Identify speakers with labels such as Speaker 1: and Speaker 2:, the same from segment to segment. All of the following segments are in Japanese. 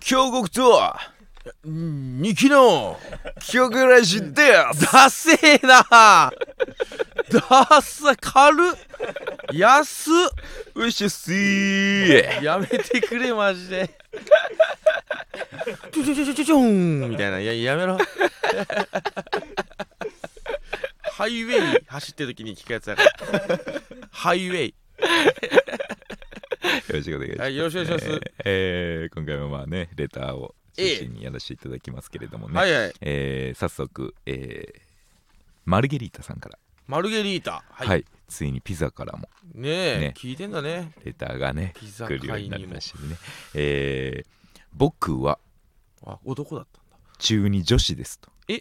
Speaker 1: 京極と
Speaker 2: ニキの
Speaker 1: 京極らしです
Speaker 2: ダセーなダッサ軽っ安っ
Speaker 1: うっしゅっすー
Speaker 2: やめてくれマジでちょちょちょちょちょちょんみたいないややめろハイウェイ走ってる時に聞くやつだからハイウェイ
Speaker 1: よろしくお願いします、
Speaker 2: はいよろしくお願いします
Speaker 1: えーえー今回もまあねレターを中心にやらせていただきますけれどもね、
Speaker 2: はいはい
Speaker 1: えー早速、えーマルゲリータさんから
Speaker 2: マルゲリータは
Speaker 1: はい、ついにピザからも
Speaker 2: ねえ
Speaker 1: ね
Speaker 2: 聞いてんだね
Speaker 1: レターがね
Speaker 2: ピザ
Speaker 1: 来るよう
Speaker 2: 界
Speaker 1: になり
Speaker 2: にも
Speaker 1: ましたねえー僕は
Speaker 2: あ男だったんだ
Speaker 1: 中二女子ですと
Speaker 2: え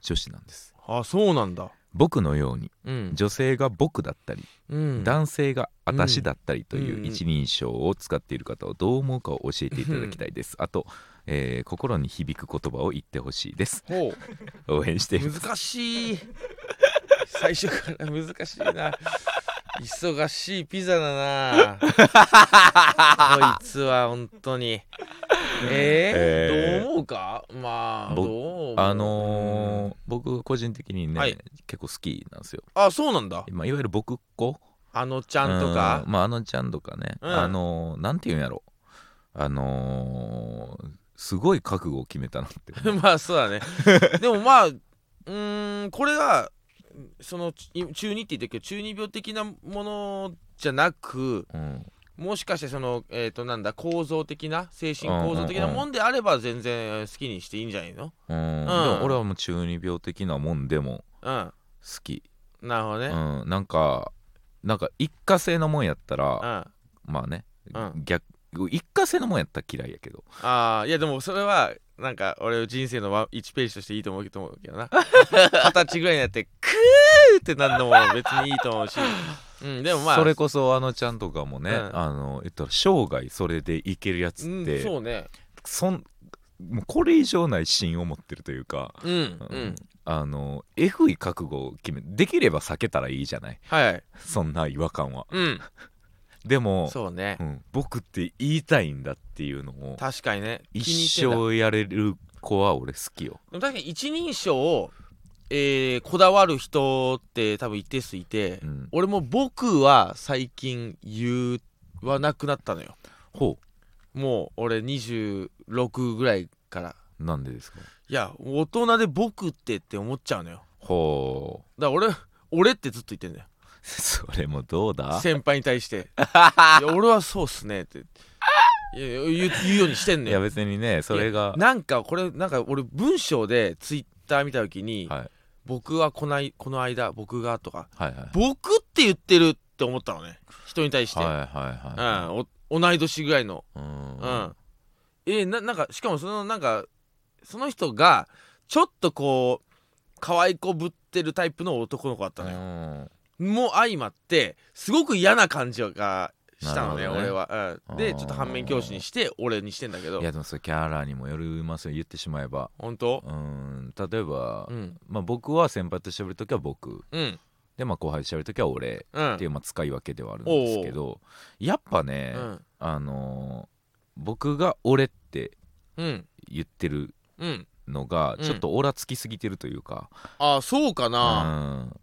Speaker 1: 女子なんです
Speaker 2: あそうなんだ
Speaker 1: 僕のように
Speaker 2: うん
Speaker 1: 女性が僕だったり
Speaker 2: うん
Speaker 1: 男性が私だったりとい
Speaker 2: んうん
Speaker 1: う一人称を使っている方をどう思うかを教えていただきたいです。あと、えー心に響く言葉を言ってほしいです。
Speaker 2: ほう
Speaker 1: 応援しています。
Speaker 2: 難しい最初から難しいな忙しいピ ザだなこいつは本当にえー
Speaker 1: えー
Speaker 2: どう思うかまあど
Speaker 1: 僕
Speaker 2: う思う
Speaker 1: あのー僕個人的にね、
Speaker 2: はい
Speaker 1: 結構好きなんですよ。
Speaker 2: あそうなんだ
Speaker 1: まあ、いわゆる僕っ子
Speaker 2: あのちゃんとか
Speaker 1: うんまあ、あのちゃんとかね、
Speaker 2: うん
Speaker 1: あのーなんていうんやろあのーすごい覚悟を決めたな って思う
Speaker 2: まあそう だねでもまあうーんこれがそのい中二って言ったけど中二病的なものじゃなく
Speaker 1: うん
Speaker 2: もしかしてそのえっ、となんだ構造的な精神構造的なもんであれば全然好きにしていいんじゃないの
Speaker 1: うん
Speaker 2: ん
Speaker 1: でも俺はもう中二病的なもんでも
Speaker 2: うん
Speaker 1: 好き
Speaker 2: なるほどね
Speaker 1: うん、なんかなんか一過性のもんやった
Speaker 2: うん
Speaker 1: ら
Speaker 2: あ
Speaker 1: まあね、
Speaker 2: うん
Speaker 1: 逆一過性のもんやったら嫌いやけど
Speaker 2: あーいやでもそれはなんか俺人生のワン1ページとしていいと思うけど な二十歳ぐらいになってクーってなんのも別にいいと思うしうんでもまあ
Speaker 1: それこそあのちゃんとかもね、
Speaker 2: うん
Speaker 1: あの言ったら生涯それでいけるやつ
Speaker 2: うん
Speaker 1: って、
Speaker 2: そうね
Speaker 1: そんもうこれ以上ない芯を持ってるというか、
Speaker 2: うんう
Speaker 1: うんんあのえぐい覚悟を決めできれば避けたらいいじゃない
Speaker 2: はい
Speaker 1: そんな違和感は
Speaker 2: うん
Speaker 1: でも
Speaker 2: そうね
Speaker 1: うん、僕って言いたいんだっていうのを
Speaker 2: 確かにね気に入って
Speaker 1: 一
Speaker 2: んだ
Speaker 1: 生やれる子は俺好きよ
Speaker 2: でも確かに一人称をえーこだわる人って多分一定数いて
Speaker 1: うん
Speaker 2: 俺も僕は最近言わなくなったのよ
Speaker 1: ほ
Speaker 2: もう俺26ぐらいから
Speaker 1: うなんでですか
Speaker 2: いや大人で僕ってって思っちゃうのよ
Speaker 1: ほう
Speaker 2: だから俺俺ってずっと言ってんだよ
Speaker 1: それもどうだ
Speaker 2: 先輩に対 して「いや俺はそうっすね」っていや言う言うようにしてん
Speaker 1: い
Speaker 2: の
Speaker 1: や
Speaker 2: よ
Speaker 1: 別にねそれが
Speaker 2: なんかこれなんか俺文章でツイッター見た時に「
Speaker 1: はい
Speaker 2: 僕はこないこの間僕が」とか
Speaker 1: はいはい
Speaker 2: 「僕」って言ってるって思ったのね人に対して、
Speaker 1: はいはいは
Speaker 2: うん、お同い年ぐらいの
Speaker 1: いうん
Speaker 2: うん、えーななんかしかもそのなんかその人がちょっとこう可愛い子ぶってるタイプの男の子だったのよ、
Speaker 1: うん
Speaker 2: もう相まってすごく嫌な感じがしたのね
Speaker 1: なるほどね
Speaker 2: 俺は、うん、
Speaker 1: あ
Speaker 2: で
Speaker 1: ー
Speaker 2: ちょっと反面教師にして俺にしてんだけど
Speaker 1: いやでもそれキャラにもよりますよ言ってしまえば
Speaker 2: 本当
Speaker 1: うん例えば
Speaker 2: うん
Speaker 1: まあ僕は先輩と喋るときは僕
Speaker 2: うん
Speaker 1: でまあ後輩と喋るときは俺
Speaker 2: うん
Speaker 1: っていうまあ使い分けではあるんですけどやっぱね
Speaker 2: うん
Speaker 1: あのー僕が俺って
Speaker 2: うん
Speaker 1: 言ってる
Speaker 2: うん
Speaker 1: のが
Speaker 2: うん
Speaker 1: ちょっとオラつきすぎてるというか
Speaker 2: ああそうか
Speaker 1: う
Speaker 2: な、
Speaker 1: ん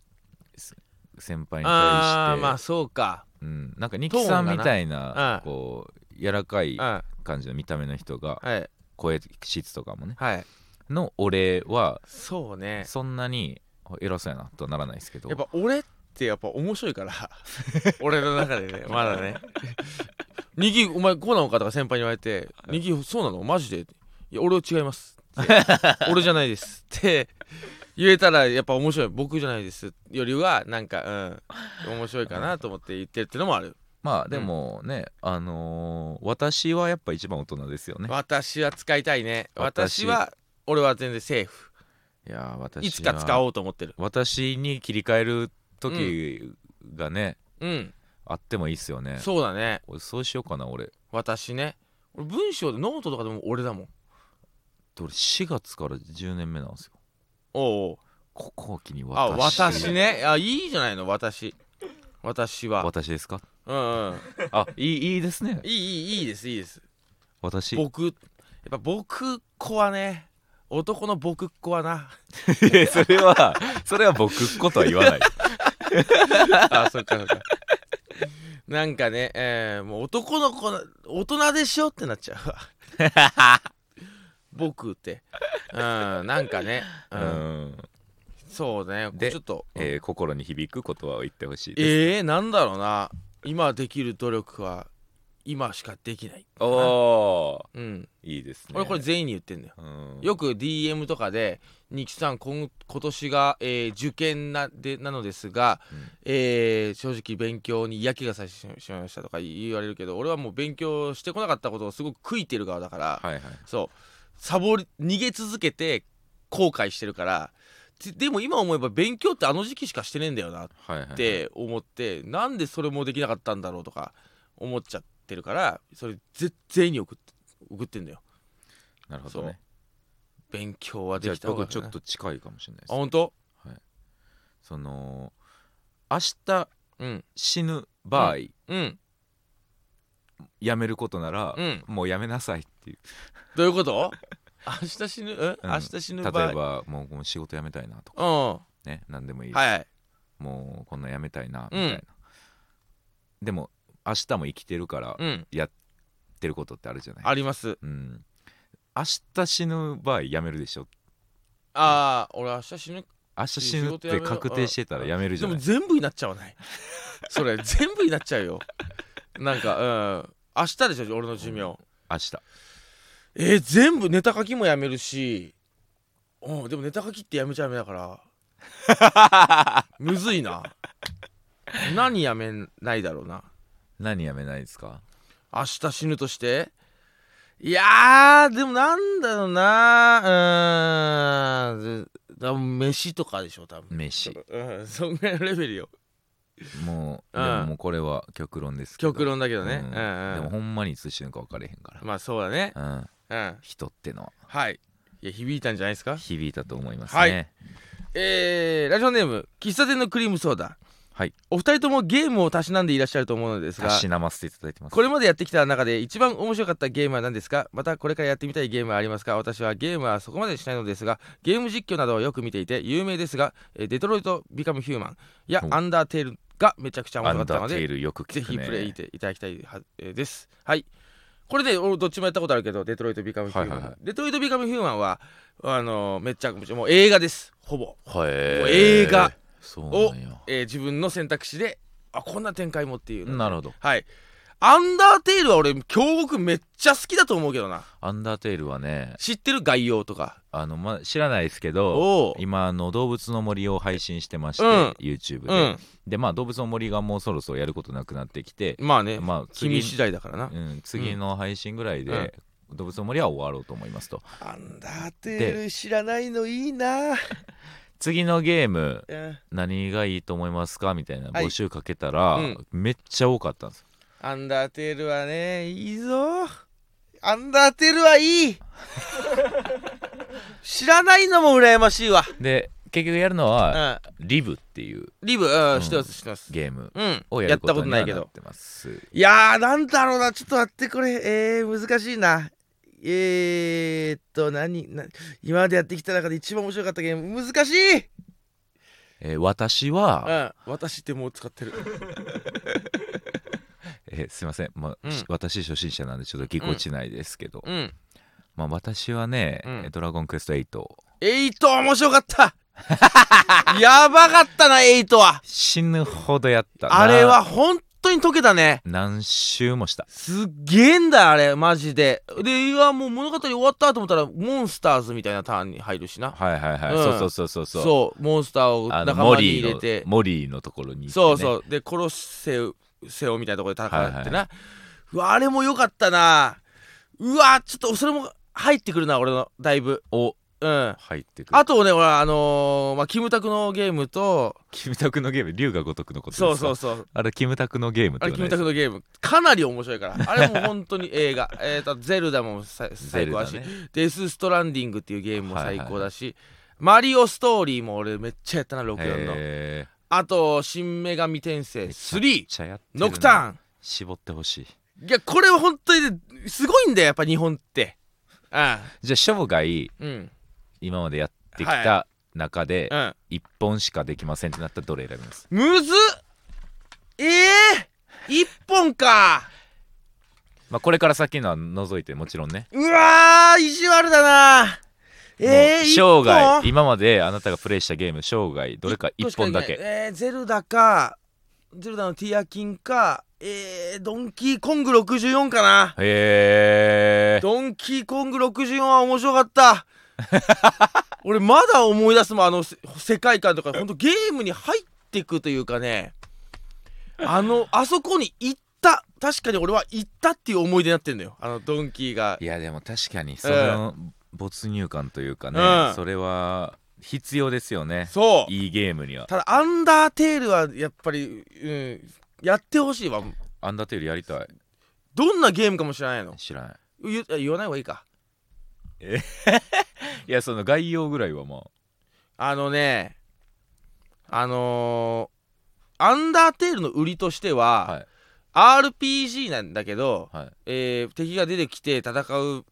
Speaker 1: せ先輩に
Speaker 2: あ
Speaker 1: 対し
Speaker 2: ー
Speaker 1: て
Speaker 2: まあそうか
Speaker 1: うん、なんかニキさんみたいな
Speaker 2: ト
Speaker 1: こう柔らか
Speaker 2: う
Speaker 1: い
Speaker 2: んは
Speaker 1: 感じの見た目の人が
Speaker 2: い
Speaker 1: 声質とかもね
Speaker 2: はい
Speaker 1: の俺は
Speaker 2: そうね
Speaker 1: そんなに偉そうやなとはならないですけど
Speaker 2: やっぱ俺ってやっぱ面白 いから俺の中でねまだね「ニキお前こうなのか?」とか先輩に言われて「ニキそうなのマジで?」いや俺は違 います」って俺じゃないです」って言えたらやっぱ面白い僕じゃないですよりはなんかうん面白いかなと思って言ってるってのもある、
Speaker 1: まあでもね、あのー私はやっぱ一番大人ですよね
Speaker 2: 私は使いたいね
Speaker 1: 私
Speaker 2: 私は俺は全然セーフ
Speaker 1: いやー私はい
Speaker 2: つか使おうと思ってる
Speaker 1: 私に切り替える時がね、
Speaker 2: うん
Speaker 1: あってもいいっすよね
Speaker 2: そうだね
Speaker 1: 俺そうしようかな俺
Speaker 2: 私ね俺文章でノートとかでも俺だもん
Speaker 1: 俺4月から10年目なんですよ
Speaker 2: おうおう
Speaker 1: ここを機に私
Speaker 2: あ私ねあいいじゃないの私私は
Speaker 1: 私ですか
Speaker 2: うんうん
Speaker 1: あいいいいですね
Speaker 2: いいいいいいですいいです
Speaker 1: 私
Speaker 2: 僕っぱ僕っ子はね男の僕っ子はな
Speaker 1: いやそれはそれは僕っことは言わない
Speaker 2: あそっかそっかなんかね、えーもう男の子な大人でしょってなっちゃうわ 僕ってうんなんかね、う
Speaker 1: うんん、
Speaker 2: そうね
Speaker 1: で
Speaker 2: ちょっと
Speaker 1: えー心に響く言葉を言ってほしいです、
Speaker 2: えー、なんだろうな今できる努力は今しかできない
Speaker 1: おお
Speaker 2: うん
Speaker 1: いいですね
Speaker 2: 俺これ全員に言ってんだよ
Speaker 1: うん
Speaker 2: よく DM とかで「ニキさん今今年が、えー受験なでなのですが、
Speaker 1: うん
Speaker 2: えー正直勉強に嫌気がさしてしまいました」とか言われるけど俺はもう勉強してこなかったことをすごく悔いてる側だから、
Speaker 1: はいはい
Speaker 2: そうサボり逃げ続けて後悔してるからででも今思えば勉強ってあの時期しかしてねえんだよな
Speaker 1: はいはい
Speaker 2: って思ってなんでそれもできなかったんだろうとか思っちゃってるからそれぜ全員に送って送ってんだよ
Speaker 1: なるほどね
Speaker 2: 勉強は
Speaker 1: じ
Speaker 2: で
Speaker 1: ゃ
Speaker 2: き
Speaker 1: あ
Speaker 2: た方が
Speaker 1: 僕ちょっと近いかもしれない
Speaker 2: あ
Speaker 1: です
Speaker 2: 本当
Speaker 1: その明日
Speaker 2: うん
Speaker 1: 死ぬ場合、
Speaker 2: うん
Speaker 1: やめることなら、
Speaker 2: うん
Speaker 1: もうやめなさいっていう
Speaker 2: どういうこと 明日死ぬうん明日死ぬ
Speaker 1: 例え
Speaker 2: 場合
Speaker 1: ばもうもう仕事辞めたいなとかね何でもいい
Speaker 2: うん
Speaker 1: です、
Speaker 2: はい
Speaker 1: もうこんなんやめたいなみ
Speaker 2: うん
Speaker 1: たいな、でも明日も生きてるからや
Speaker 2: うん
Speaker 1: ってることってあるじゃない、
Speaker 2: あります
Speaker 1: うん、明日死ぬ場合やめるでしょ
Speaker 2: ああ俺明日死ぬ
Speaker 1: 明日死ぬっ
Speaker 2: 仕事辞
Speaker 1: て
Speaker 2: める
Speaker 1: 確定してたらやめるじ
Speaker 2: で
Speaker 1: ゃな
Speaker 2: も
Speaker 1: い
Speaker 2: 全部になっちゃわないそれ全部になっちゃうよなんかうん明日でしょ俺の寿命、
Speaker 1: 明日
Speaker 2: えー、全部ネタ書きもやめるしうんでもネタ書きってやめちゃダメだから むずいな何やめないだろうな
Speaker 1: 何やめないですか
Speaker 2: 明日死ぬとしていやーでもなんだろうなうーんで多分飯とかでしょ多分
Speaker 1: 飯
Speaker 2: うんそんぐらいのレベルよ
Speaker 1: もう、
Speaker 2: うん
Speaker 1: でももうこれは極論ですけど
Speaker 2: 極論だけどね、
Speaker 1: う
Speaker 2: うんんうん
Speaker 1: でもほんまにいつ死ぬか分かれへんか
Speaker 2: まあそうだね
Speaker 1: ら、うん、
Speaker 2: うん
Speaker 1: 人ってのは
Speaker 2: はいいや響いたんじゃないですか
Speaker 1: 響いたと思いますね、
Speaker 2: はいえーラジオネーム喫茶店のクリームソーダ
Speaker 1: はい
Speaker 2: お二人ともゲームをたしなんでいらっしゃると思うのです
Speaker 1: た
Speaker 2: が
Speaker 1: しなませていただいてます
Speaker 2: これまでやってきた中で一番面白かったゲームは何ですかまたこれからやってみたいゲームはありますか私はゲームはそこまでしないのですがゲーム実況などをよく見ていて有名ですがえーデトロイト・ビカム・ヒューマンや
Speaker 1: お
Speaker 2: アンダーテールがめちゃくちゃ面
Speaker 1: ア
Speaker 2: 白か
Speaker 1: ン
Speaker 2: った
Speaker 1: ダー
Speaker 2: の
Speaker 1: テ
Speaker 2: で
Speaker 1: イルよく
Speaker 2: ぜ
Speaker 1: 聞く
Speaker 2: ひ
Speaker 1: ね
Speaker 2: プレイしていただきたいはえーですはいこれで俺どっちもやったことあるけどデトロイト・ビカム・ヒューマン、
Speaker 1: はいはいはい
Speaker 2: デトロイト・ビカム・ヒューマンはあのーめっちゃ面白いもう映画ですほぼ
Speaker 1: へ
Speaker 2: もう
Speaker 1: ー
Speaker 2: 映画
Speaker 1: そうなんや
Speaker 2: えー自分の選択肢であこんな展開もっていうの
Speaker 1: なるほど
Speaker 2: はいアンダーテイルは俺京極めっちゃ好きだと思うけどな
Speaker 1: アンダーテイルはね
Speaker 2: 知ってる概要とか
Speaker 1: あの、ま、知らないですけど
Speaker 2: おお
Speaker 1: 今あの動物の森を配信してまして、
Speaker 2: うん
Speaker 1: YouTube
Speaker 2: う
Speaker 1: で、
Speaker 2: ん
Speaker 1: でまあ動物の森がもうそろそろやることなくなってきて、
Speaker 2: まあね、
Speaker 1: まあ次
Speaker 2: 君次第だからな
Speaker 1: うん、次の配信ぐらいで、動物の森は終わろうと思いますと
Speaker 2: アンダーテイル知らないのいいな、
Speaker 1: 次のゲーム
Speaker 2: うん
Speaker 1: 何がいいと思いますかみたいな
Speaker 2: はい
Speaker 1: 募集かけたら、
Speaker 2: うん
Speaker 1: めっちゃ多かったんですよ
Speaker 2: アンダーテイルはねいいぞアンダーテイル はいい知らないのも羨ましいわ、
Speaker 1: で結局やるの
Speaker 2: う
Speaker 1: は、
Speaker 2: ん、
Speaker 1: リブっていう
Speaker 2: リブ、うん
Speaker 1: うん
Speaker 2: 知ってます知ってます
Speaker 1: ゲーム
Speaker 2: うん
Speaker 1: をや
Speaker 2: やっ
Speaker 1: るこ
Speaker 2: た
Speaker 1: と
Speaker 2: こと
Speaker 1: に
Speaker 2: な
Speaker 1: はい
Speaker 2: け
Speaker 1: な
Speaker 2: ど
Speaker 1: ってます
Speaker 2: いやーなんだろうなちょっと待ってこれえー、難しいなえー、っと何な今までやってきた中で一番面白かったゲーム難しい
Speaker 1: えー私は、
Speaker 2: うん私ってもう使ってる
Speaker 1: えーすいません、まあ
Speaker 2: うん
Speaker 1: し私初心者なんでちょっとぎこちないですけど、
Speaker 2: うん
Speaker 1: まあ、私はね、
Speaker 2: うん
Speaker 1: えードラゴンクエスト8」
Speaker 2: エイト面白かった やばかったなエイトは
Speaker 1: 死ぬほどやったな
Speaker 2: あれは本当に解けたね
Speaker 1: 何周もした
Speaker 2: すっげえんだあれマジででいやもう物語終わったと思ったらモンスターズみたいなターンに入るしな
Speaker 1: はいはいはい、
Speaker 2: うん
Speaker 1: そうそうそうそう
Speaker 2: そう
Speaker 1: そう
Speaker 2: モンスターを
Speaker 1: あの
Speaker 2: 仲
Speaker 1: モ
Speaker 2: 間に
Speaker 1: リ
Speaker 2: 入れ
Speaker 1: ー
Speaker 2: て
Speaker 1: のモリーのところに行って、ね、
Speaker 2: そうそうで殺せよせよみたいなところで戦ってな、
Speaker 1: はいは
Speaker 2: うわあれも良かったなうわちょっとそれも入ってくるな俺のだいぶ
Speaker 1: お
Speaker 2: うん
Speaker 1: 入ってくる
Speaker 2: あとね俺はあのーまあ、キムタクのゲームと
Speaker 1: キムタクのゲーム龍が如くのことですか
Speaker 2: そうそうそう
Speaker 1: あれキムタクのゲームで
Speaker 2: あれ
Speaker 1: は
Speaker 2: キ
Speaker 1: ないで
Speaker 2: ムタ
Speaker 1: す
Speaker 2: クのゲームかなり面白いからあれも 本当に映画えーとゼルダもさ最高だし
Speaker 1: ゼルダね
Speaker 2: デス・ストランディングっていうゲームも最高だし、マリオストーリーも俺めっちゃやったな64の、
Speaker 1: へ
Speaker 2: あと「新女神転生
Speaker 1: ーめ
Speaker 2: 3
Speaker 1: っちゃやってるな
Speaker 2: ノクターン
Speaker 1: 絞ってほしい」
Speaker 2: いやこれは本当にねすごいんだよやっぱ日本ってああ
Speaker 1: じゃあ生涯
Speaker 2: うん
Speaker 1: 今までやってき
Speaker 2: は
Speaker 1: た中で
Speaker 2: うん
Speaker 1: 1本しかできませんってなったらどれ選びます
Speaker 2: むずっええ一本か
Speaker 1: まあこれから先のは除いてもちろんね
Speaker 2: うわー意地悪だなええ
Speaker 1: もう生涯
Speaker 2: 一
Speaker 1: 今まであなたがプレイしたゲーム生涯どれか1本だ
Speaker 2: 一個しかでき
Speaker 1: け
Speaker 2: ないえー、ゼルダかゼルダのティアキンかえー、ドンキーコング64かな
Speaker 1: へえ
Speaker 2: ドンキーコング64は面白かった 俺まだ思い出すもんあのせ世界観とかほんとゲームに入っていくというかねあのあそこに行った確かに俺は行ったっていう思い出になってんのよあのドンキーが
Speaker 1: いやでも確かにその没入感というかね、
Speaker 2: うん
Speaker 1: それは必要ですよね
Speaker 2: そう
Speaker 1: いいゲームには
Speaker 2: ただアンダーテールはやっぱり、うん、やってほしいわ
Speaker 1: アンダーテールやりたい
Speaker 2: どんなゲームかもしれないの
Speaker 1: 知らない
Speaker 2: 言言わない方がいいか
Speaker 1: いやその概要ぐらいはまあ
Speaker 2: あのねあのーアンダーテールの売りとしては、RPG なんだけど、
Speaker 1: はい
Speaker 2: えー敵が出てきて戦う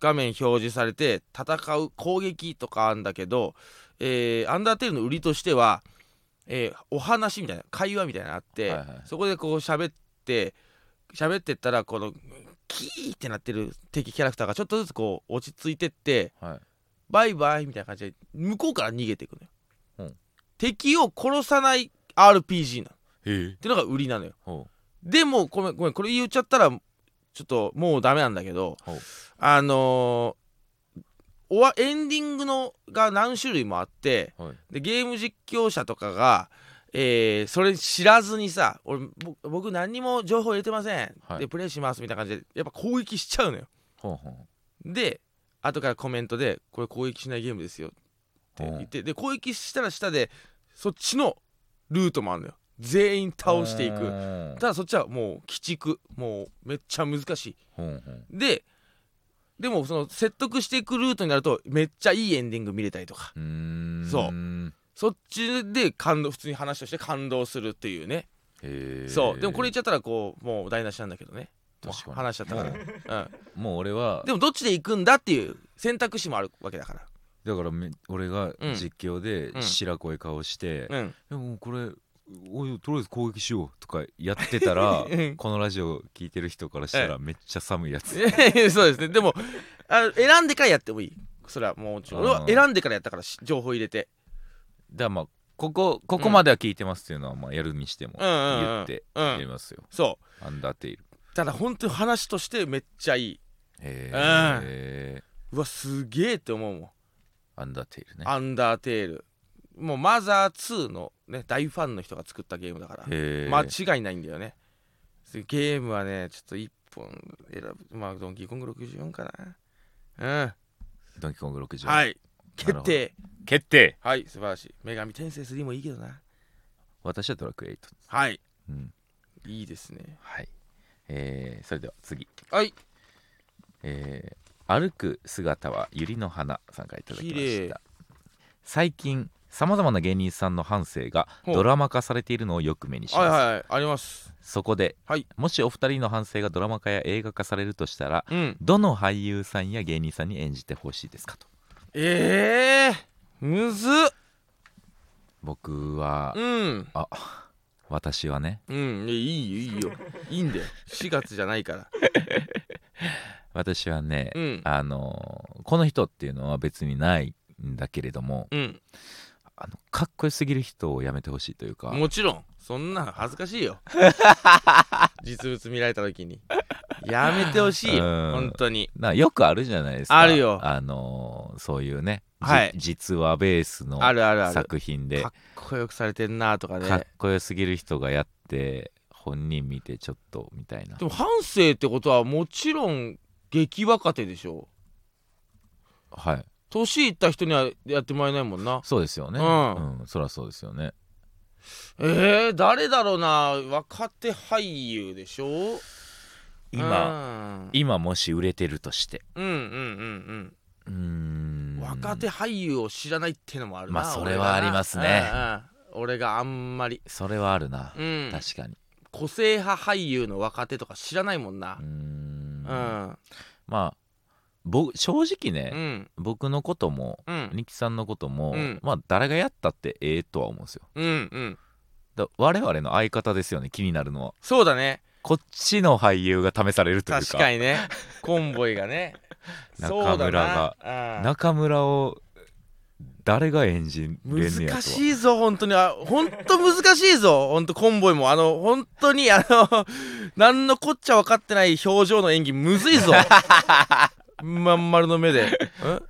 Speaker 2: 画面表示されて戦う攻撃とかあんだけど、えーアンダーテールの売りとしては、えーお話みたいな会話みたいなのあって、
Speaker 1: はいはい
Speaker 2: そこでこう喋って喋ってったらこのキーってなってる敵キャラクターがちょっとずつこう落ち着いてって、
Speaker 1: はい
Speaker 2: バイバイみたいな感じで向こうから逃げていくのよ、
Speaker 1: うん
Speaker 2: 敵を殺さない RPG なのっ
Speaker 1: へえ
Speaker 2: ていうのが売りなのよ
Speaker 1: ほ
Speaker 2: でもごめんごめんこれ言っちゃったらちょっともうダメなんだけど
Speaker 1: ほう
Speaker 2: あのーおわエンディングのが何種類もあって
Speaker 1: うはい
Speaker 2: でゲーム実況者とかが、えーそれ知らずにさ俺ぼ僕何にも情報入れてません、
Speaker 1: はい
Speaker 2: でプレイしますみたいな感じでやっぱ攻撃しちゃうのよ
Speaker 1: ほうほう
Speaker 2: で後からコメントで「これ攻撃しないゲームですよ」って言って、で攻撃したら下でそっちのルートもあるのよ全員倒していく
Speaker 1: く
Speaker 2: ただそっちはもう鬼畜もうめっちゃ難しい
Speaker 1: ほうほう
Speaker 2: ででもその説得していくルートになるとめっちゃいいエンディング見れたりとか
Speaker 1: うーん
Speaker 2: そうそっちで感動普通に話として感動するっていうね、
Speaker 1: へえ
Speaker 2: そうでもこれ言っちゃったらこうもう台無しなんだけどねも
Speaker 1: 確か
Speaker 2: う
Speaker 1: に
Speaker 2: 話しちゃったか
Speaker 1: も
Speaker 2: ら、うん、
Speaker 1: うもう俺は
Speaker 2: でもどっちで行くんだっていう選択肢もあるわけだか
Speaker 1: だからめ俺が
Speaker 2: うん
Speaker 1: 実況で
Speaker 2: うん
Speaker 1: 白子い顔して、
Speaker 2: らうん
Speaker 1: でもこれおいとりあえず攻撃しようとかやってた ら
Speaker 2: うん
Speaker 1: このラジオ聞いてる人からした
Speaker 2: え
Speaker 1: らめっちゃ寒い やつ
Speaker 2: え えそうですねでもあ選んでからやってもいいそれはもうちょ
Speaker 1: あー
Speaker 2: 俺は選んでからやったからし情報入れて
Speaker 1: だからまあここここまでは聞いてますっていうのはまあやるにしても
Speaker 2: うんうんう
Speaker 1: 言
Speaker 2: ん
Speaker 1: って
Speaker 2: うん
Speaker 1: やりますよ、
Speaker 2: そ
Speaker 1: アンダーテイル
Speaker 2: うただ本当に話としてめっちゃいい
Speaker 1: へ
Speaker 2: うん
Speaker 1: え
Speaker 2: うわすげえって思うもん、
Speaker 1: アンダーテイルね
Speaker 2: アンダーテールもうマザー2のね大ファンの人が作ったゲームだから
Speaker 1: へえ
Speaker 2: 間違いないんだよねゲームはねちょっと1本選ぶまあドンキーコング64かな
Speaker 1: ドンキコング
Speaker 2: う
Speaker 1: 60
Speaker 2: んはい決定
Speaker 1: 決定
Speaker 2: はい素晴らしい女神転生3もいいけどな
Speaker 1: 私はドラクエ8、
Speaker 2: はい
Speaker 1: うん、
Speaker 2: いいですね
Speaker 1: はいえー、それでは次
Speaker 2: はい
Speaker 1: えー歩く姿は百合の花さんからいただきま
Speaker 2: 綺
Speaker 1: し
Speaker 2: 麗
Speaker 1: た最近さまざまな芸人さんの半生が
Speaker 2: ほう
Speaker 1: ドラマ化されているのをよく目にします、
Speaker 2: はいはいはいあります
Speaker 1: そこで、
Speaker 2: はい
Speaker 1: もしお二人の半生がドラマ化や映画化されるとしたら
Speaker 2: うん
Speaker 1: どの俳優さんや芸人さんに演じてほしいですかと
Speaker 2: ええむずっ
Speaker 1: 僕は、
Speaker 2: うん
Speaker 1: あ私はね
Speaker 2: うんいやいいよいいよいいんだよ4月じゃないから
Speaker 1: 私はね、
Speaker 2: うん
Speaker 1: あのーこの人っていうのは別にないんだけれども
Speaker 2: うん
Speaker 1: あのかっこよすぎる人をやめてほしいというか
Speaker 2: もちろんそんなの恥ずかしいよ 実物見られた時にやめてほしいよ
Speaker 1: うん
Speaker 2: 本当に
Speaker 1: なよくあるじゃないですか
Speaker 2: あるよ
Speaker 1: あのーそういうね、じ
Speaker 2: はい
Speaker 1: 実話ベースの
Speaker 2: あるあるある
Speaker 1: 作品で
Speaker 2: かっこよくされてんなとかね
Speaker 1: かっこよすぎる人がやって本人見てちょっとみたいな
Speaker 2: でも半生ってことはもちろん激若手でしょ
Speaker 1: はい
Speaker 2: 年いった人にはやってもらえないもんな
Speaker 1: そうですよね
Speaker 2: うん、
Speaker 1: そりゃそうですよね
Speaker 2: えー、誰だろうな若手俳優でしょ
Speaker 1: 今、
Speaker 2: うん
Speaker 1: 今もし売れてるとして
Speaker 2: うんうんうん
Speaker 1: うーん
Speaker 2: うん若手俳優を知らないってのもあるな
Speaker 1: まあそれはありますね
Speaker 2: 俺がなうんうん俺があんまり、
Speaker 1: それはあるな、
Speaker 2: うん、
Speaker 1: 確かに
Speaker 2: 個性派俳優の若手とか知らないもんな
Speaker 1: うーん
Speaker 2: うん、
Speaker 1: まあぼ正直ね、
Speaker 2: うん
Speaker 1: 僕のことも
Speaker 2: うん
Speaker 1: ニキさんのことも、
Speaker 2: うん
Speaker 1: まあ誰がやったってええとは思うんですよ
Speaker 2: うんうん
Speaker 1: だ我々の相方ですよね気になるのは
Speaker 2: そうだね
Speaker 1: こっちの俳優が試されるというか
Speaker 2: 確かにねコンボイがね
Speaker 1: 中村が
Speaker 2: そうだなうん
Speaker 1: 中村を誰が演じれんねやとは
Speaker 2: 難しいぞ本当にあ本当難しいぞ本当コンボイもあの本当にあの 何のこっちゃ分かってない表情の演技むず いぞまん丸の目で「ん?」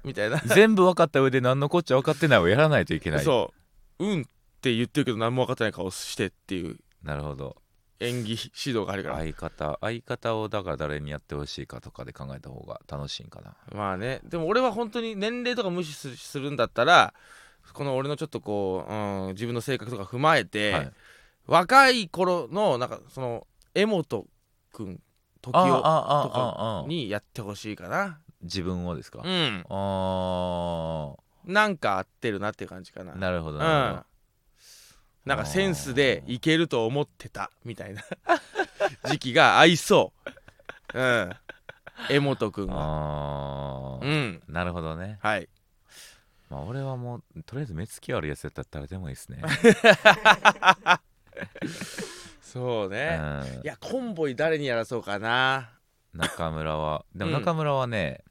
Speaker 2: みたいな
Speaker 1: 全部分かった上で何のこっちゃ分かってないをやらないといけない
Speaker 2: そう「うん」って言ってるけど何も分かってない顔してっていう
Speaker 1: なるほど
Speaker 2: 演技指導があるから
Speaker 1: 相方相方をだから誰にやってほしいかとかで考えた方が楽しいんかな
Speaker 2: まあねでも俺は本当に年齢とか無視するするんだったらこの俺のちょっとこう、うん、自分の性格とか踏まえて、
Speaker 1: はい
Speaker 2: 若い頃のなんかその江本君時
Speaker 1: ああ
Speaker 2: を
Speaker 1: あ
Speaker 2: とか
Speaker 1: ああ
Speaker 2: にやってほしいかな
Speaker 1: 自分をですか、
Speaker 2: うん
Speaker 1: あ
Speaker 2: なんか合ってるなっていう感じかな
Speaker 1: あなるほ
Speaker 2: う
Speaker 1: ど
Speaker 2: ん
Speaker 1: なるほど、
Speaker 2: なんかセンスでいけると思ってたみたいな時期が合いそううん江本君は
Speaker 1: ああ、
Speaker 2: うん
Speaker 1: なるほどね
Speaker 2: はい
Speaker 1: まあ俺はもうとりあえず目つき悪いやつやったら誰でもいいですね、
Speaker 2: そう
Speaker 1: う
Speaker 2: ね、
Speaker 1: ん
Speaker 2: い、やコンボイ誰にやらそうかな
Speaker 1: 中村はでも
Speaker 2: うん
Speaker 1: 中村はね、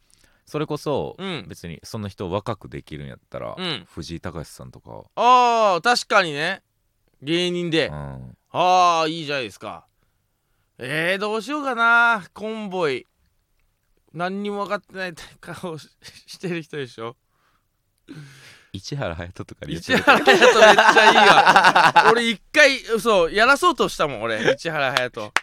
Speaker 1: それこそ
Speaker 2: うん
Speaker 1: 別にその人を若くできるんやったら、
Speaker 2: うん
Speaker 1: 藤井隆さんとか、
Speaker 2: あー確かにね芸人で、
Speaker 1: うん、
Speaker 2: ああいいじゃないですかえー、どうしようかなコンボイ何にも分かってない顔ししてる人でしょ
Speaker 1: 市原隼人とかに言っ
Speaker 2: 市
Speaker 1: て
Speaker 2: 原
Speaker 1: る
Speaker 2: 隼人めっちゃいいわ俺一回そうやらそうとしたもん俺市原隼人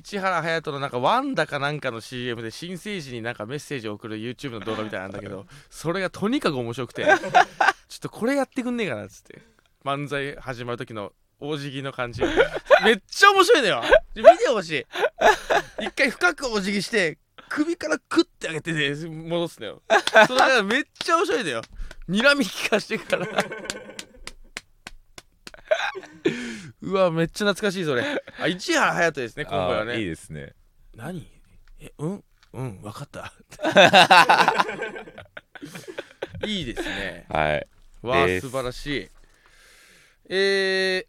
Speaker 2: 市原隼人のなんかワンダかなんかの CM で新成人になんかメッセージを送る YouTube の動画みたいなんだけどそれがとにかく面白くてちょっとこれやってくんねえかなっつって漫才始まる時の大じぎの感じめっちゃ面白いのよ見てほしい一回深くお辞儀して首からクッて上げてね戻すのよそれがめっちゃ面白いのよ睨み利かしてくからうわめっちゃ懐かしいそれあ市原隼人ですね今
Speaker 1: あ
Speaker 2: 回は
Speaker 1: ーいい
Speaker 2: ね
Speaker 1: ですね
Speaker 2: 何えうんうん分かった いいですね
Speaker 1: はい
Speaker 2: わあ
Speaker 1: で
Speaker 2: 素
Speaker 1: す
Speaker 2: 晴らしいえー、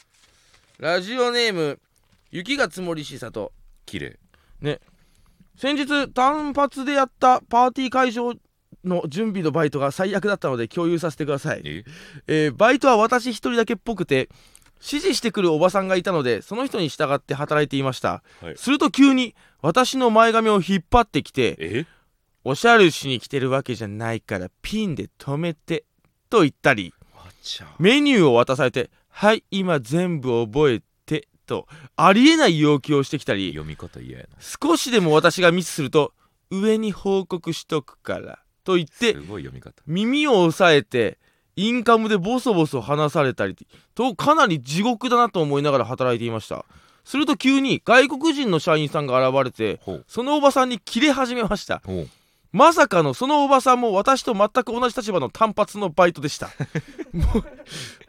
Speaker 2: ラジオネーム雪が積もりしさと
Speaker 1: 綺麗
Speaker 2: 先日単発でやったパーティー会場の準備のバイトが最悪だったので共有させてください、
Speaker 1: え
Speaker 2: えーバイトは私一人だけっぽくて指示してくるおばさんがいたのでその人に従って働いていました、
Speaker 1: はい
Speaker 2: すると急に私の前髪を引っ張ってきて
Speaker 1: え
Speaker 2: 「おしゃれしに来てるわけじゃないからピンで止めて」と言ったり
Speaker 1: あちゃ
Speaker 2: メニューを渡されて「はい今全部覚えて」とありえない要求をしてきたり
Speaker 1: 読み方嫌やな
Speaker 2: 少しでも私がミスすると上に報告しとくからと言っ
Speaker 1: す
Speaker 2: て
Speaker 1: ごい読み方
Speaker 2: 耳を押さえてインカムでボソボソ話されたりとかなり地獄だなと思いながら働いていましたすると急に外国人の社員さんが現れて
Speaker 1: ほう
Speaker 2: そのおばさんにキレ始めました
Speaker 1: ほう
Speaker 2: まさかのそのおばさんも私と全く同じ立場の単発のバイトでしたも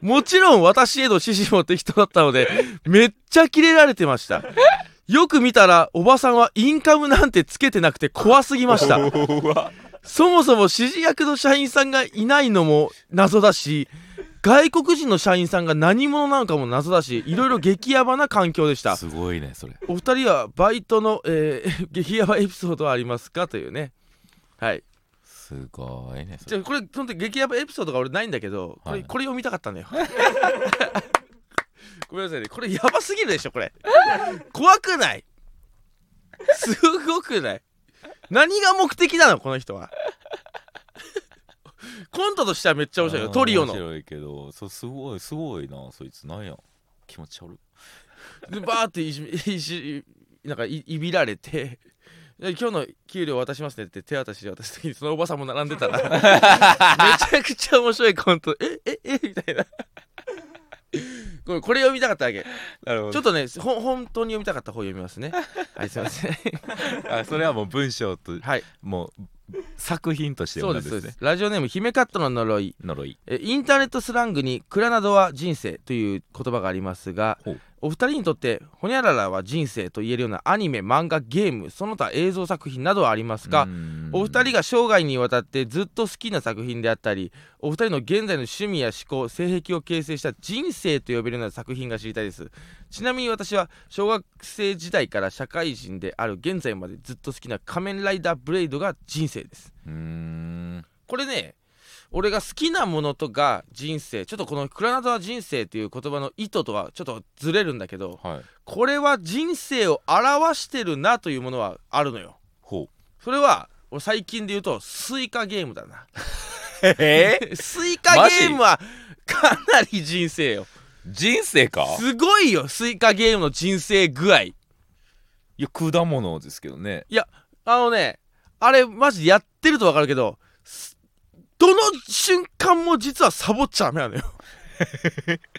Speaker 2: もちろん私への指示も適当だったのでめっちゃキレられてましたよく見たらおばさんはインカムなんてつけてなくて怖すぎましたそもそも指示役の社員さんがいないのも謎だし外国人の社員さんが何者なのかも謎だしいろいろ激ヤバな環境でした
Speaker 1: すごいねそれ
Speaker 2: お二人はバイトの、えー激ヤバエピソードはありますかというねはい
Speaker 1: すごいねそ
Speaker 2: じ
Speaker 1: れ
Speaker 2: ゃあこれその時激ヤバエピソードが俺ないんだけどこれ,、
Speaker 1: はい
Speaker 2: これ読みたかったんだよごめんなさいねこれヤバすぎるでしょこれ怖くないすごくない何が目的なのこの人はコントとしてはめっちゃ面白いよ
Speaker 1: あー
Speaker 2: トリオの
Speaker 1: 面白いけどそうすごいすごいなそいつなんや気持ち悪い
Speaker 2: でバーっていじめいじなんかいいびられてで今日の給料渡しますねって手渡しで渡す時にそのおばさんも並んでたらめちゃくちゃ面白いコントえええみたいなこれこれ読みたかったわけち
Speaker 1: なるほ
Speaker 2: ょっとねほ本当に読みたかった方読みますねはいすいません
Speaker 1: あそれはもう文章と
Speaker 2: はい
Speaker 1: もう作品として
Speaker 2: そう
Speaker 1: 読
Speaker 2: で
Speaker 1: んだ
Speaker 2: すそうんで
Speaker 1: ですすね
Speaker 2: ラジオネーム姫カットの呪い
Speaker 1: 呪い
Speaker 2: えインターネットスラングに「蔵などは人生」という言葉がありますが
Speaker 1: ほう、
Speaker 2: お二人にとってホニャララは人生と言えるようなアニメ漫画ゲームその他映像作品などはありますが、お二人が生涯にわたってずっと好きな作品であったりお二人の現在の趣味や思考性癖を形成した人生と呼べるような作品が知りたいですちなみに私は小学生時代から社会人である現在までずっと好きな「仮面ライダーブレイド」が人生です
Speaker 1: うーん
Speaker 2: これね俺が好きなものとが人生ちょっとこの「クラナドは人生」っていう言葉の意図とはちょっとずれるんだけど
Speaker 1: はい
Speaker 2: これは人生を表してるなというものはあるのよ
Speaker 1: ほう
Speaker 2: それは俺最近で言うとスイカゲームだな
Speaker 1: え
Speaker 2: スイカゲームはかなり人生よ
Speaker 1: 人生か
Speaker 2: すごいよスイカゲームの人生具合い
Speaker 1: いや果物ですけどね
Speaker 2: やあのねあれマジでやってるとわかるけどすどの瞬間も実はサボっちゃダメなのよ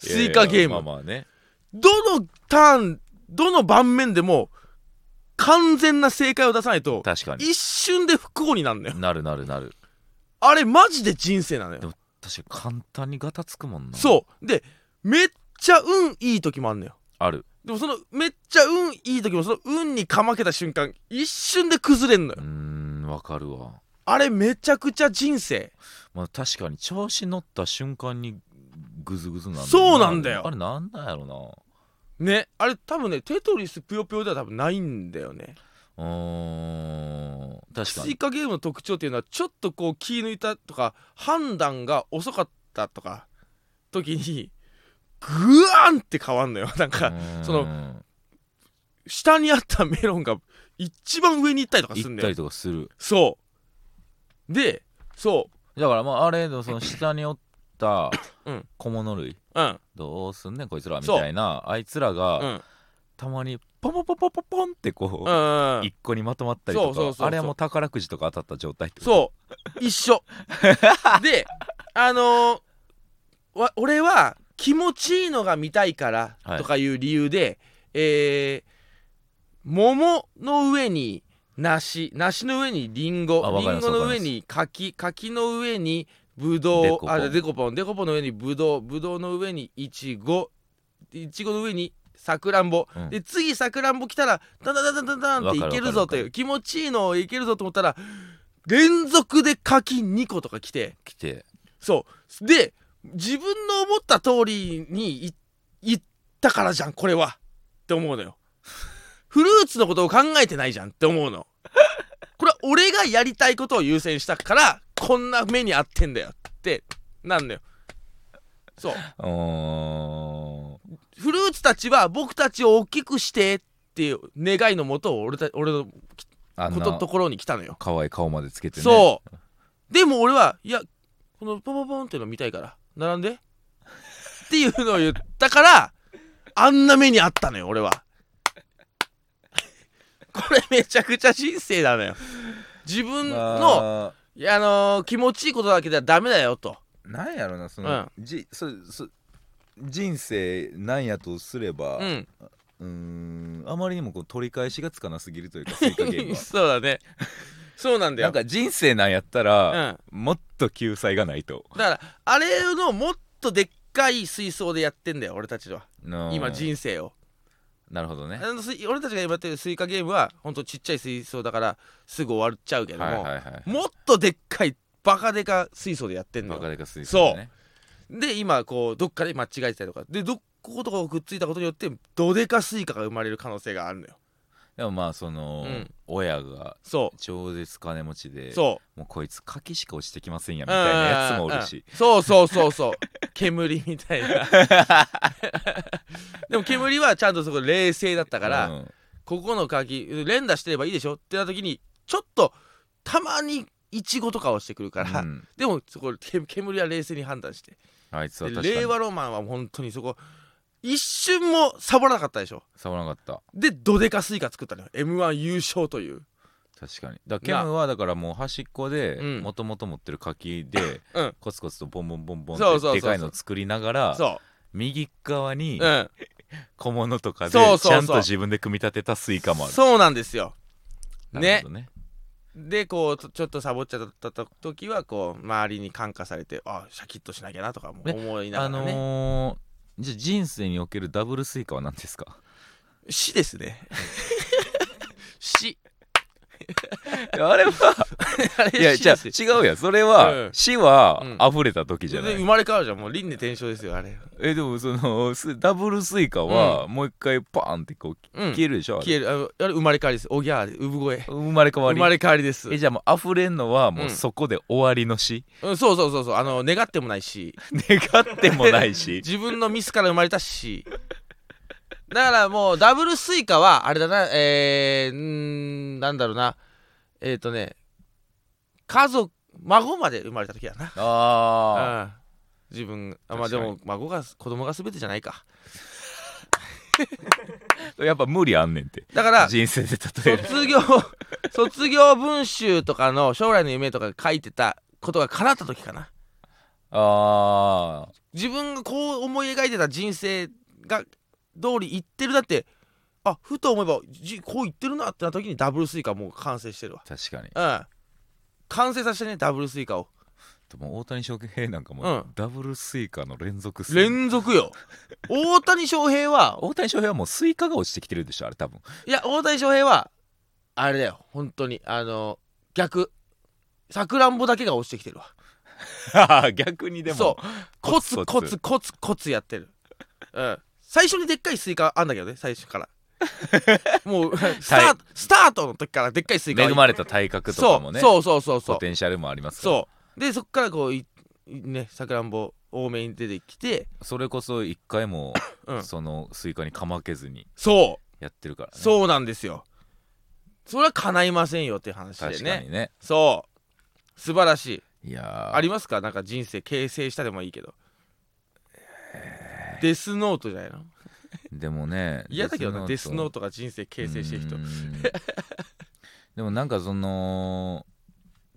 Speaker 2: スイカゲー
Speaker 1: い
Speaker 2: ム、
Speaker 1: やいやまあまあね
Speaker 2: どのターンどの盤面でも完全な正解を出さないと
Speaker 1: 確かに
Speaker 2: 一瞬で不幸になるのよ
Speaker 1: なるなるなる
Speaker 2: あれマジで人生なのよ
Speaker 1: でも確かに簡単にガタつくもんなう
Speaker 2: そうでめっちゃ運いい時もあんのよ
Speaker 1: ある
Speaker 2: でもそのめっちゃ運いい時もその運にかまけた瞬間一瞬で崩れんの
Speaker 1: う
Speaker 2: よ
Speaker 1: ーんわかるわ
Speaker 2: あれめちゃくちゃ人生
Speaker 1: まあ確かに調子乗った瞬間にグズグズなんだよ
Speaker 2: そうなんだよ
Speaker 1: あれなんなんやろ
Speaker 2: ねあれ多分ねテトリスぷよぷよでは多分ないんだよね
Speaker 1: なうーん確か
Speaker 2: スイ
Speaker 1: に
Speaker 2: カゲームの特徴っていうのはちょっとこう気抜いたとか判断が遅かったとか時にグワーンって変わんのよ なん
Speaker 1: う
Speaker 2: か
Speaker 1: ーん
Speaker 2: そ下にあったメロンが一番上に行ったりとかするん
Speaker 1: 行っ
Speaker 2: だ
Speaker 1: た
Speaker 2: よ
Speaker 1: りとかする
Speaker 2: そうでそ
Speaker 1: だからまああれのその下におった
Speaker 2: うん
Speaker 1: 小物類
Speaker 2: ううん
Speaker 1: どうすんねんこいつらみ
Speaker 2: そう
Speaker 1: たいなあいつら
Speaker 2: う
Speaker 1: が
Speaker 2: ん
Speaker 1: たまにポポポポポポンってこ
Speaker 2: う
Speaker 1: うん
Speaker 2: うん
Speaker 1: 一個にまとまったりと
Speaker 2: そうそうそうそ
Speaker 1: か
Speaker 2: う
Speaker 1: あれはもう宝くじとか当たった状態ってこと
Speaker 2: そう 一緒であのーわ俺は気持ちいいのが見たいから
Speaker 1: はい
Speaker 2: とかいう理由で、えー桃の上に梨梨の上にリンゴ
Speaker 1: あわ
Speaker 2: リ
Speaker 1: かり
Speaker 2: ン
Speaker 1: ます
Speaker 2: ゴの
Speaker 1: わか
Speaker 2: 上
Speaker 1: ります
Speaker 2: に柿柿の上にぶど
Speaker 1: デ
Speaker 2: う
Speaker 1: コポン
Speaker 2: あデコポンデコポンの上にぶどうぶどうの上にいちごいちごの上にさくらんぼ、
Speaker 1: うん
Speaker 2: で次さくらんぼ来たらダンダンダンダンダンっていけ
Speaker 1: わかる
Speaker 2: るぞとい
Speaker 1: わかるわか
Speaker 2: う気持ちいいのいけるぞと思ったら連続で柿2個とか来て
Speaker 1: 来て
Speaker 2: そうで自分の思った通りにい行ったからじゃんこれはって思うのよフルーツのことを考えてないじゃんって思うのこれは俺がやりたいことを優先したからこんな目に遭ってんだよってなんだよそう
Speaker 1: うーん
Speaker 2: フルーツたちは僕たちを大きくしてっていう願いのもとを俺た俺の
Speaker 1: あん
Speaker 2: こと
Speaker 1: な
Speaker 2: ところに来たのよ、
Speaker 1: 可愛い顔までつけてね
Speaker 2: そうでも俺はいやこのポンポンポンっていうの見たいから並んでっていうのを言ったからあんな目にあったのよ俺はこれめちゃくちゃ人生なのよ自分の、
Speaker 1: まあ
Speaker 2: いやあのー気持ちいいことだけではダメだよと
Speaker 1: なんやろなその、じそそ人生なんやとすれば、
Speaker 2: う
Speaker 1: うんーんあまりにもこう取り返しがつかなすぎるというかスイカ ゲームは
Speaker 2: そうだねそうなんだ
Speaker 1: な
Speaker 2: よ
Speaker 1: んか人生なんやった
Speaker 2: う
Speaker 1: ら、
Speaker 2: ん
Speaker 1: もっと救済がないと
Speaker 2: だからあれのもっとでっかい水槽でやってんだよ俺たちは今
Speaker 1: 生
Speaker 2: 人生を
Speaker 1: なるほどね
Speaker 2: あのすい俺たちが今やってるスイカゲームはほんとちっちゃい水槽だからすぐ終わっちゃうけども、
Speaker 1: はいはいはい
Speaker 2: もっとでっかいバカデカ水槽でやってんの
Speaker 1: バカ
Speaker 2: よ
Speaker 1: デカ水
Speaker 2: そ
Speaker 1: 槽
Speaker 2: う
Speaker 1: ね
Speaker 2: で今こうどっかで間違えてたりとかでどこことかをくっついたことによってどでかスイカが生まれる可能性があるのよ
Speaker 1: でもまあその、
Speaker 2: うん
Speaker 1: 親が
Speaker 2: そ
Speaker 1: 超絶金持ち
Speaker 2: う
Speaker 1: で
Speaker 2: そう
Speaker 1: もうこいつ柿しか落ちてきませんや
Speaker 2: み
Speaker 1: みたいなやつもおるし
Speaker 2: そうそうそうそう煙みた いなでも煙はちゃんとそこ冷静だったから、
Speaker 1: うん
Speaker 2: ここの鍵連打してればいいでしょってなった時にちょっとたまにイチゴとかをしてくるから、
Speaker 1: うん
Speaker 2: でもそこけ煙は冷静に判断して
Speaker 1: あいつは
Speaker 2: で
Speaker 1: 確か
Speaker 2: 令
Speaker 1: に
Speaker 2: 和ロマンは本当にそこ一瞬もサボらなかったでしょ
Speaker 1: 触らなかった
Speaker 2: でどでかスイカ作ったのよ m 1優勝という
Speaker 1: 確かにだからケムはだからもう端っこで
Speaker 2: うん
Speaker 1: もともと持ってる柿で、
Speaker 2: うん
Speaker 1: コツコツとボンボンボンボン
Speaker 2: そうそう
Speaker 1: って
Speaker 2: そうそう
Speaker 1: でかいの作りながら
Speaker 2: そ
Speaker 1: 右側に
Speaker 2: う、うん、
Speaker 1: 小物とかで
Speaker 2: そうそうそう
Speaker 1: ちゃんと自分で組み立てたスイカもある
Speaker 2: そうなんですよ
Speaker 1: なる
Speaker 2: ね
Speaker 1: ほどね
Speaker 2: でこうちょちょっとサボっちゃった時はこう周りに感化されてあシャキッとしなきゃなとかも思いな
Speaker 1: あ
Speaker 2: がらね、
Speaker 1: のーじゃあ人生におけるダブルスイカは何ですか
Speaker 2: 死ですね 死
Speaker 1: あれは いやじゃあ違うやそれ
Speaker 2: う
Speaker 1: は
Speaker 2: ん
Speaker 1: 死は
Speaker 2: うん
Speaker 1: 溢れた時じゃない、
Speaker 2: 生まれ変わるじゃんもう輪廻転生ですよあれ
Speaker 1: えでもそのすダブルスイカはもう一回パーンってこう
Speaker 2: うん
Speaker 1: 消えるでしょ、あれ
Speaker 2: 消えるあのあれ生まれ変わりですおぎゃーで産声
Speaker 1: 生まれ変わ
Speaker 2: 生
Speaker 1: り
Speaker 2: まれ変わりです
Speaker 1: えじゃあもう溢れんのはもううんそこで終わりの死、
Speaker 2: うん、そうそうそうそうあの願ってもないし
Speaker 1: 願ってもない し
Speaker 2: 自分のミスから生まれたしだからもうダブルスイカはあれだなえー、うーんなんだろうなえっ、ー、とね家族孫まで生まれた時だな
Speaker 1: ああ
Speaker 2: うん自分あまあ
Speaker 1: 確か
Speaker 2: で
Speaker 1: に
Speaker 2: も孫が子供が全てじゃないか
Speaker 1: やっぱ無理あんねんて
Speaker 2: だから
Speaker 1: 人生で 例える
Speaker 2: 卒業卒業文集とかの将来の夢とか書いてたことが叶った時かな
Speaker 1: ああ
Speaker 2: 自分がこう思い描いてた人生が通りいってるだってあふと思えばじこういってるなってな時にダブルスイカもう完成してるわ
Speaker 1: 確かに
Speaker 2: うん完成させてねダブルスイカを
Speaker 1: でも大谷翔平なんかも、
Speaker 2: うん
Speaker 1: ダブルスイカの連続っすね
Speaker 2: 連続よ大谷翔平は
Speaker 1: 大谷翔平はもうスイカが落ちてきてるでしょあれ多分
Speaker 2: いや大谷翔平はあれだよ本当にあの逆さくらんぼだけが落ちてきてる わ
Speaker 1: 逆にでも
Speaker 2: そうコツ
Speaker 1: コ
Speaker 2: コ
Speaker 1: ツ
Speaker 2: ツコツコツやってるうん最初にでっかいスイカあんだけどね最 初からもうスタートスタートの時からでっかいスイカ
Speaker 1: 恵まれた体格とかもね
Speaker 2: そうそうそうそう
Speaker 1: ポテンシャルもありますから
Speaker 2: そうでそっからこういねさくらんぼ多めに出てきて
Speaker 1: それこそ一回も、
Speaker 2: うん
Speaker 1: そのスイカにかまけずに
Speaker 2: そう
Speaker 1: やってるから、ね、
Speaker 2: そうなんですよそれは叶いませんよって話で
Speaker 1: 確か
Speaker 2: ね
Speaker 1: にね
Speaker 2: そう素晴らしい
Speaker 1: いやー
Speaker 2: ありますかなんか人生形成したでもいいけどデスノートじゃないの
Speaker 1: でもね
Speaker 2: 嫌だけどなデスノートが人生形成してる人
Speaker 1: うーんでもなんかその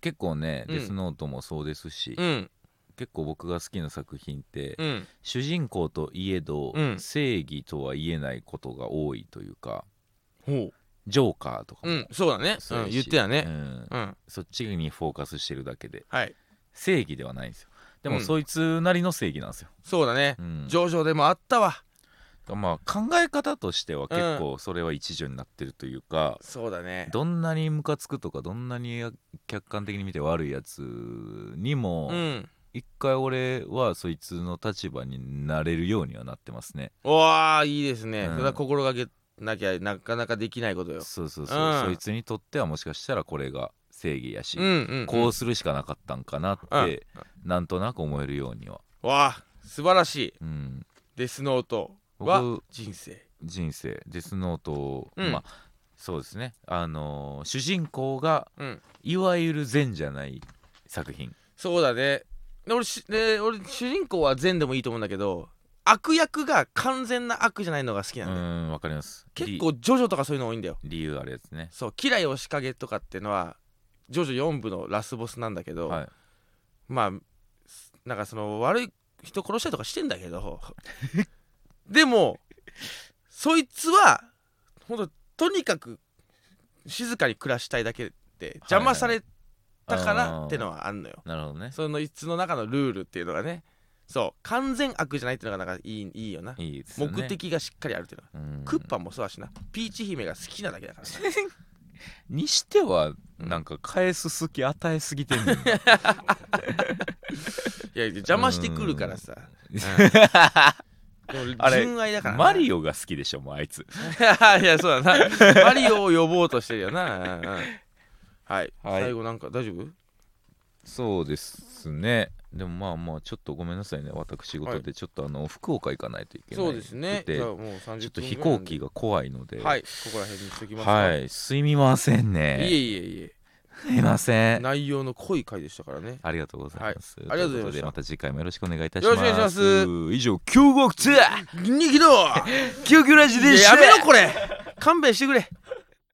Speaker 1: 結構ね、
Speaker 2: うん
Speaker 1: デスノートもそうですし、
Speaker 2: うん
Speaker 1: 結構僕が好きな作品って、
Speaker 2: うん
Speaker 1: 主人公といえど、
Speaker 2: うん
Speaker 1: 正義とは言えないことが多いというか
Speaker 2: ほ
Speaker 1: ジョーカーとか
Speaker 2: うう
Speaker 1: も
Speaker 2: んそうだね
Speaker 1: そううんやし
Speaker 2: 言ってた
Speaker 1: う
Speaker 2: ね
Speaker 1: ん
Speaker 2: うん
Speaker 1: そっちにフォーカスしてるだけで
Speaker 2: はい
Speaker 1: 正義ではないんですよで
Speaker 2: う
Speaker 1: も
Speaker 2: ん
Speaker 1: そいつなりの正義なんですよ、
Speaker 2: そうだね
Speaker 1: うん
Speaker 2: 上々でもあったわ
Speaker 1: まあ考え方としては結構それは一助になってるというか、
Speaker 2: そうだね
Speaker 1: どんなにムカつくとかどんなに客観的に見て悪いやつにも、
Speaker 2: うん
Speaker 1: 一回俺はそいつの立場になれるようにはなってますね
Speaker 2: おわーいいですね
Speaker 1: うん
Speaker 2: それは心がけなきゃなかなかできないことよ
Speaker 1: そうそうそう、
Speaker 2: うん
Speaker 1: そいつにとってはもしかしたらこれが正義やし、
Speaker 2: うんうん
Speaker 1: こうするしかなかったんかなって、なんとなく思えるようには、
Speaker 2: うんわあ素晴らしい
Speaker 1: うん、
Speaker 2: デスノートは
Speaker 1: 僕
Speaker 2: 人生
Speaker 1: 人生デスノートを、
Speaker 2: うん
Speaker 1: まあそうですねあのー主人公が
Speaker 2: うん
Speaker 1: いわゆる善じゃない作品
Speaker 2: そうだねで俺しで俺主人公は善でもいいと思うんだけど悪役が完全な悪じゃないのが好き
Speaker 1: う
Speaker 2: なんだよ
Speaker 1: んわかります
Speaker 2: 結
Speaker 1: り
Speaker 2: 構ジョジョとかそういうの多いんだよ
Speaker 1: 理由あるやつね
Speaker 2: そう「キライを仕掛け」とかってのはジョジョ4部のラスボスなんだけど、
Speaker 1: はい
Speaker 2: まあすなんかその悪い人殺したりとかしてんだけど でもそいつはほんととにかく静かに暮らしたいだけで邪魔されたか
Speaker 1: あ
Speaker 2: ら
Speaker 1: ー
Speaker 2: ってのはあんのよ、
Speaker 1: なるほどね
Speaker 2: そのいつの中のルールっていうのがねそう完全悪じゃないっていうのがなんかいいいいよない
Speaker 1: いですよね
Speaker 2: 目的がしっかりあるっていうのは、
Speaker 1: うん
Speaker 2: クッパもそうだしなピーチ姫が好きなだけだからな
Speaker 1: にしてはなんか返す隙与えすぎてんねん な
Speaker 2: いや邪魔してくるからさ、でも
Speaker 1: あれ
Speaker 2: 純愛だから
Speaker 1: マリ
Speaker 2: オ
Speaker 1: オが好きでしょもうあいつ
Speaker 2: いやそう だなマリオを呼ぼうとしてるよな、うんうんはい、
Speaker 1: はい
Speaker 2: 最後なんか大丈夫
Speaker 1: そうですねでもまあまあちょっとごめんなさいね私事でちょっとあの福岡行かないといけない
Speaker 2: そうですね
Speaker 1: で
Speaker 2: じゃあもう30分
Speaker 1: ちょっと飛行機
Speaker 2: が
Speaker 1: が怖いので
Speaker 2: はいここら辺にしときますか
Speaker 1: はいすみません
Speaker 2: いえ
Speaker 1: ね
Speaker 2: いえい
Speaker 1: すみませ
Speaker 2: え
Speaker 1: ん
Speaker 2: 内容の濃い回でしたからね
Speaker 1: ありがとうございます、
Speaker 2: はいありがとうご
Speaker 1: とい
Speaker 2: ざいました
Speaker 1: うことでまた次回もよろしくお願いいたし
Speaker 2: よ
Speaker 1: ま
Speaker 2: ろ
Speaker 1: す
Speaker 2: しくお願いします
Speaker 1: 以上京極ツアー
Speaker 2: 2キロ
Speaker 1: 京極ラジでした
Speaker 2: やめろこれ勘弁してくれ